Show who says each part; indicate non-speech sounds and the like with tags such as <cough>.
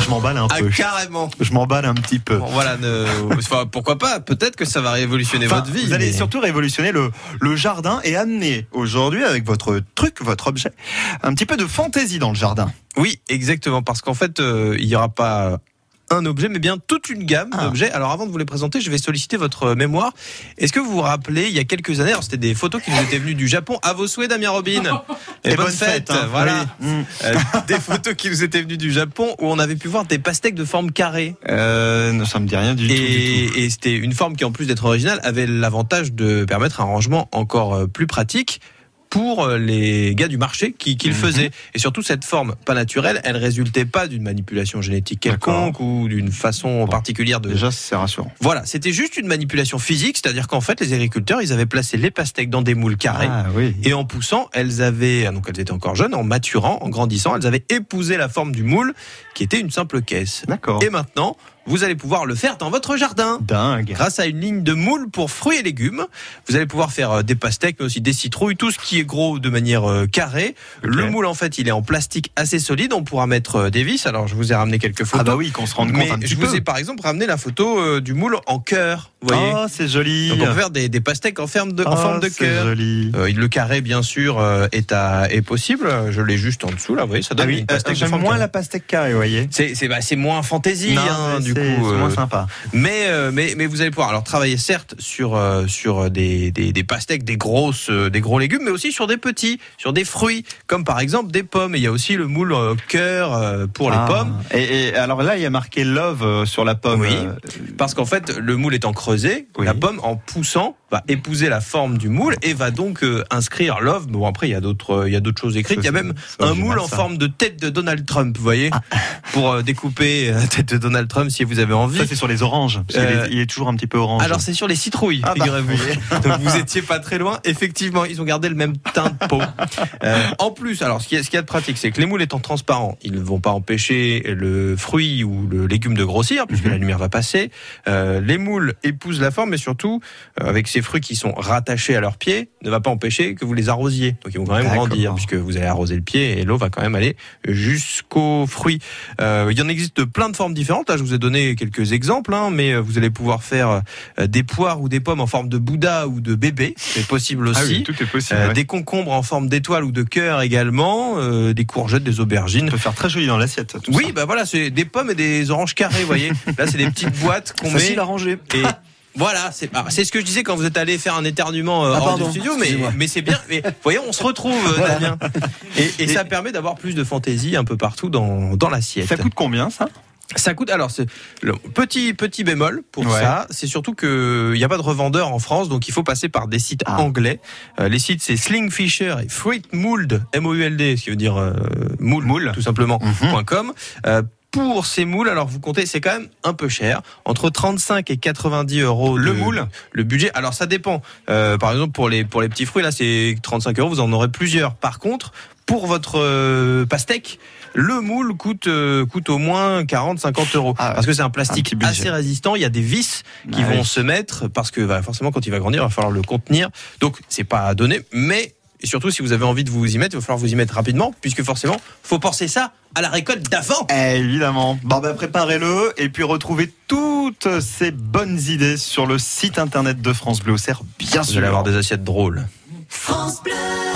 Speaker 1: je m'emballe un
Speaker 2: Ah,
Speaker 1: peu.
Speaker 2: carrément.
Speaker 1: Je m'emballe un petit peu.
Speaker 2: Bon, voilà, ne- <laughs> enfin, pourquoi pas Peut-être que ça va révolutionner
Speaker 1: Enfin,
Speaker 2: votre vie.
Speaker 1: vous allez
Speaker 2: mais-
Speaker 1: surtout révolutionner le, le jardin et amener aujourd'hui avec votre truc, votre objet, un petit peu de fantaisie dans le jardin.
Speaker 2: Oui, exactement, parce qu'en fait, euh, il n'y aura pas un objet, mais bien toute une gamme
Speaker 1: Ah.
Speaker 2: d'objets. Alors avant de vous les présenter, je vais solliciter votre euh, mémoire. Est-ce que vous vous rappelez, il y a quelques années, alors c'était des photos qui nous étaient venues du Japon, à vos souhaits Damien Robin <laughs> Et, bonne, fête,
Speaker 1: hein.
Speaker 2: voilà.
Speaker 1: Oui. Mm.
Speaker 2: Euh, des photos qui nous étaient venues du Japon où on avait pu voir des pastèques de forme carrée.
Speaker 1: Euh, non, ça me dit rien du tout. du tout.
Speaker 2: Et, et c'était une forme qui, en plus d'être originale, avait l'avantage de permettre un rangement encore euh, plus pratique pour euh, les gars du marché qui, qui le
Speaker 1: Mhm.
Speaker 2: faisaient. Et surtout, cette forme pas naturelle, elle résultait pas d'une manipulation génétique
Speaker 1: D'accord.
Speaker 2: quelconque ou d'une façon particulière de...
Speaker 1: Déjà, c'est rassurant.
Speaker 2: Voilà, c'était juste une manipulation physique, c'est-à-dire qu'en fait, les agriculteurs, ils avaient placé les pastèques dans des moules carrés.
Speaker 1: Ah, oui.
Speaker 2: Et en poussant, elles avaient, ah, donc elles étaient encore jeunes, en maturant, en grandissant, elles avaient épousé la forme du moule, qui était une simple caisse.
Speaker 1: D'accord.
Speaker 2: Et maintenant, vous allez pouvoir le faire dans votre jardin.
Speaker 1: Dingue.
Speaker 2: Grâce à une ligne de moules pour fruits et légumes, vous allez pouvoir faire euh, des pastèques, mais aussi des citrouilles, tout ce qui est gros de manière euh, carrée.
Speaker 1: Ok.
Speaker 2: Le moule, en fait, il est en plastique assez solide. On pourra mettre euh, des vis. Alors, je vous ai ramené quelques photos.
Speaker 1: Ah bah oui, qu'on se rende compte
Speaker 2: Mais
Speaker 1: un petit
Speaker 2: je
Speaker 1: peu.
Speaker 2: vous ai par exemple ramené la photo euh, du moule en cœur. Vous voyez
Speaker 1: oh, c'est joli.
Speaker 2: Donc, on peut faire des, des pastèques en, ferme de- en
Speaker 1: Oh,
Speaker 2: forme de
Speaker 1: c'est
Speaker 2: cœur.
Speaker 1: joli.
Speaker 2: Euh, le carré, bien sûr, euh, est, à, est possible. Je l'ai juste en dessous, là, vous voyez, ça
Speaker 1: Ah
Speaker 2: donne
Speaker 1: oui,
Speaker 2: une pastèque
Speaker 1: euh,
Speaker 2: de
Speaker 1: j'aime
Speaker 2: forme
Speaker 1: moins
Speaker 2: carrée.
Speaker 1: la pastèque carrée, vous voyez.
Speaker 2: C'est c'est- bah, c'est moins fantaisie,
Speaker 1: Non,
Speaker 2: hein,
Speaker 1: mais
Speaker 2: du coup.
Speaker 1: c'est- c'est moins
Speaker 2: euh,
Speaker 1: sympa.
Speaker 2: mais, euh, mais, mais vous allez pouvoir alors travailler certes sur, euh, sur des, des, des pastèques, des, grosses, euh, des gros légumes, mais aussi sur des petits, sur des fruits, comme par exemple des pommes. Et il y a aussi le moule euh, cœur euh, pour
Speaker 1: Ah.
Speaker 2: les pommes,
Speaker 1: Et, et alors là, il y a marqué love euh, sur la pomme.
Speaker 2: Oui.
Speaker 1: Euh,
Speaker 2: parce qu'en fait, le moule étant creusé,
Speaker 1: Oui.
Speaker 2: la pomme, en poussant, va épouser la forme du moule et va donc euh, inscrire l'œuf. Bon, après, il y a d'autres euh, il y a d'autres choses écrites. Il y a
Speaker 1: c'est-
Speaker 2: même
Speaker 1: c'est
Speaker 2: un
Speaker 1: original,
Speaker 2: moule en
Speaker 1: ça. Ah.
Speaker 2: forme de tête de Donald Trump, vous voyez, pour euh, découper euh, la tête de Donald Trump si vous avez envie.
Speaker 1: Ça, c'est sur les oranges. Parce qu'il
Speaker 2: Euh,
Speaker 1: est, il est toujours un petit peu orange.
Speaker 2: Alors c'est sur les citrouilles,
Speaker 1: Ah bah,
Speaker 2: figurez-vous. <laughs> Donc vous étiez pas très loin. Effectivement, ils ont gardé le même teint de peau. Euh, en plus, alors ce qu'il y, a- ce qu'il y a de pratique, c'est que les moules étant transparents, ils ne vont pas empêcher le fruit ou le légume de grossir, puisque
Speaker 1: Mhm.
Speaker 2: la lumière va passer. Euh, les moules épousent la forme, mais surtout, euh, avec ces fruits qui sont rattachés à leurs pieds, ne va pas empêcher que vous les arrosiez. Donc ils vont quand même
Speaker 1: D'accord.
Speaker 2: grandir, puisque vous allez arroser le pied et l'eau va quand même aller jusqu'aux fruits. Euh, il y en existe plein de formes différentes. Là, je vous ai donné quelques exemples, hein, mais euh, vous allez pouvoir faire euh, des poires ou des pommes en forme de Bouddha ou de bébé. C'est possible aussi.
Speaker 1: Ah oui, tout est possible.
Speaker 2: Euh,
Speaker 1: ouais.
Speaker 2: Des concombres en forme d'étoile ou de cœur également, euh, des courgettes, des aubergines.
Speaker 1: On peut faire très joli dans l'assiette. tout
Speaker 2: Oui,
Speaker 1: ça.
Speaker 2: bah voilà, c'est des pommes et des oranges carrées,
Speaker 1: <laughs>
Speaker 2: vous voyez. Là, c'est des petites boîtes qu'on met.
Speaker 3: Facile à ranger.
Speaker 1: hein.
Speaker 2: Et voilà, c'est ah, c'est ce que je disais quand vous êtes allé faire un éternuement euh,
Speaker 3: Ah,
Speaker 2: hors
Speaker 3: pardon,
Speaker 2: du studio, mais,
Speaker 3: excusez-moi.
Speaker 2: mais c'est bien. Mais voyons, on se retrouve,
Speaker 1: <laughs>
Speaker 2: euh, Damien. Et, et ça permet d'avoir plus de fantaisie un peu partout dans, dans l'assiette.
Speaker 1: Ça coûte combien ça
Speaker 2: Ça coûte. Alors, c'est le petit petit bémol pour
Speaker 1: Ouais.
Speaker 2: ça, c'est surtout que il y a pas de revendeur en France, donc il faut passer par des sites
Speaker 1: Ah.
Speaker 2: anglais. Euh, les sites, c'est Slingfisher et Fruitmould, M-O-U-L-D, ce qui veut dire euh, moule,
Speaker 1: Moule.
Speaker 2: tout simplement. point .com. Euh, pour ces moules, alors vous comptez, c'est quand même un peu cher, entre 35 et 90 euros
Speaker 1: Le
Speaker 2: de-
Speaker 1: moule
Speaker 2: le budget. Alors ça dépend. Euh, par exemple pour les pour les petits fruits là c'est 35 euros, vous en aurez plusieurs. Par contre pour votre euh, pastèque, le moule coûte euh, coûte au moins 40-50 euros
Speaker 1: Ah,
Speaker 2: parce que c'est un
Speaker 1: petit
Speaker 2: plastique
Speaker 1: budget.
Speaker 2: assez résistant. Il y a des vis qui
Speaker 1: Ah
Speaker 2: vont
Speaker 1: oui.
Speaker 2: se mettre parce que bah, forcément quand il va grandir, il va falloir le contenir. Donc c'est pas à donner, mais et surtout si vous avez envie de vous y mettre, il va falloir vous y mettre rapidement puisque forcément faut penser ça à la récolte d'avant.
Speaker 1: Eh, Évidemment. Bon, bah, préparez-le et puis retrouvez toutes ces bonnes idées sur le site internet de France Bleu Auxerre, bien
Speaker 2: Vous allez
Speaker 1: sûr.
Speaker 2: avoir des assiettes drôles.
Speaker 4: France Bleu.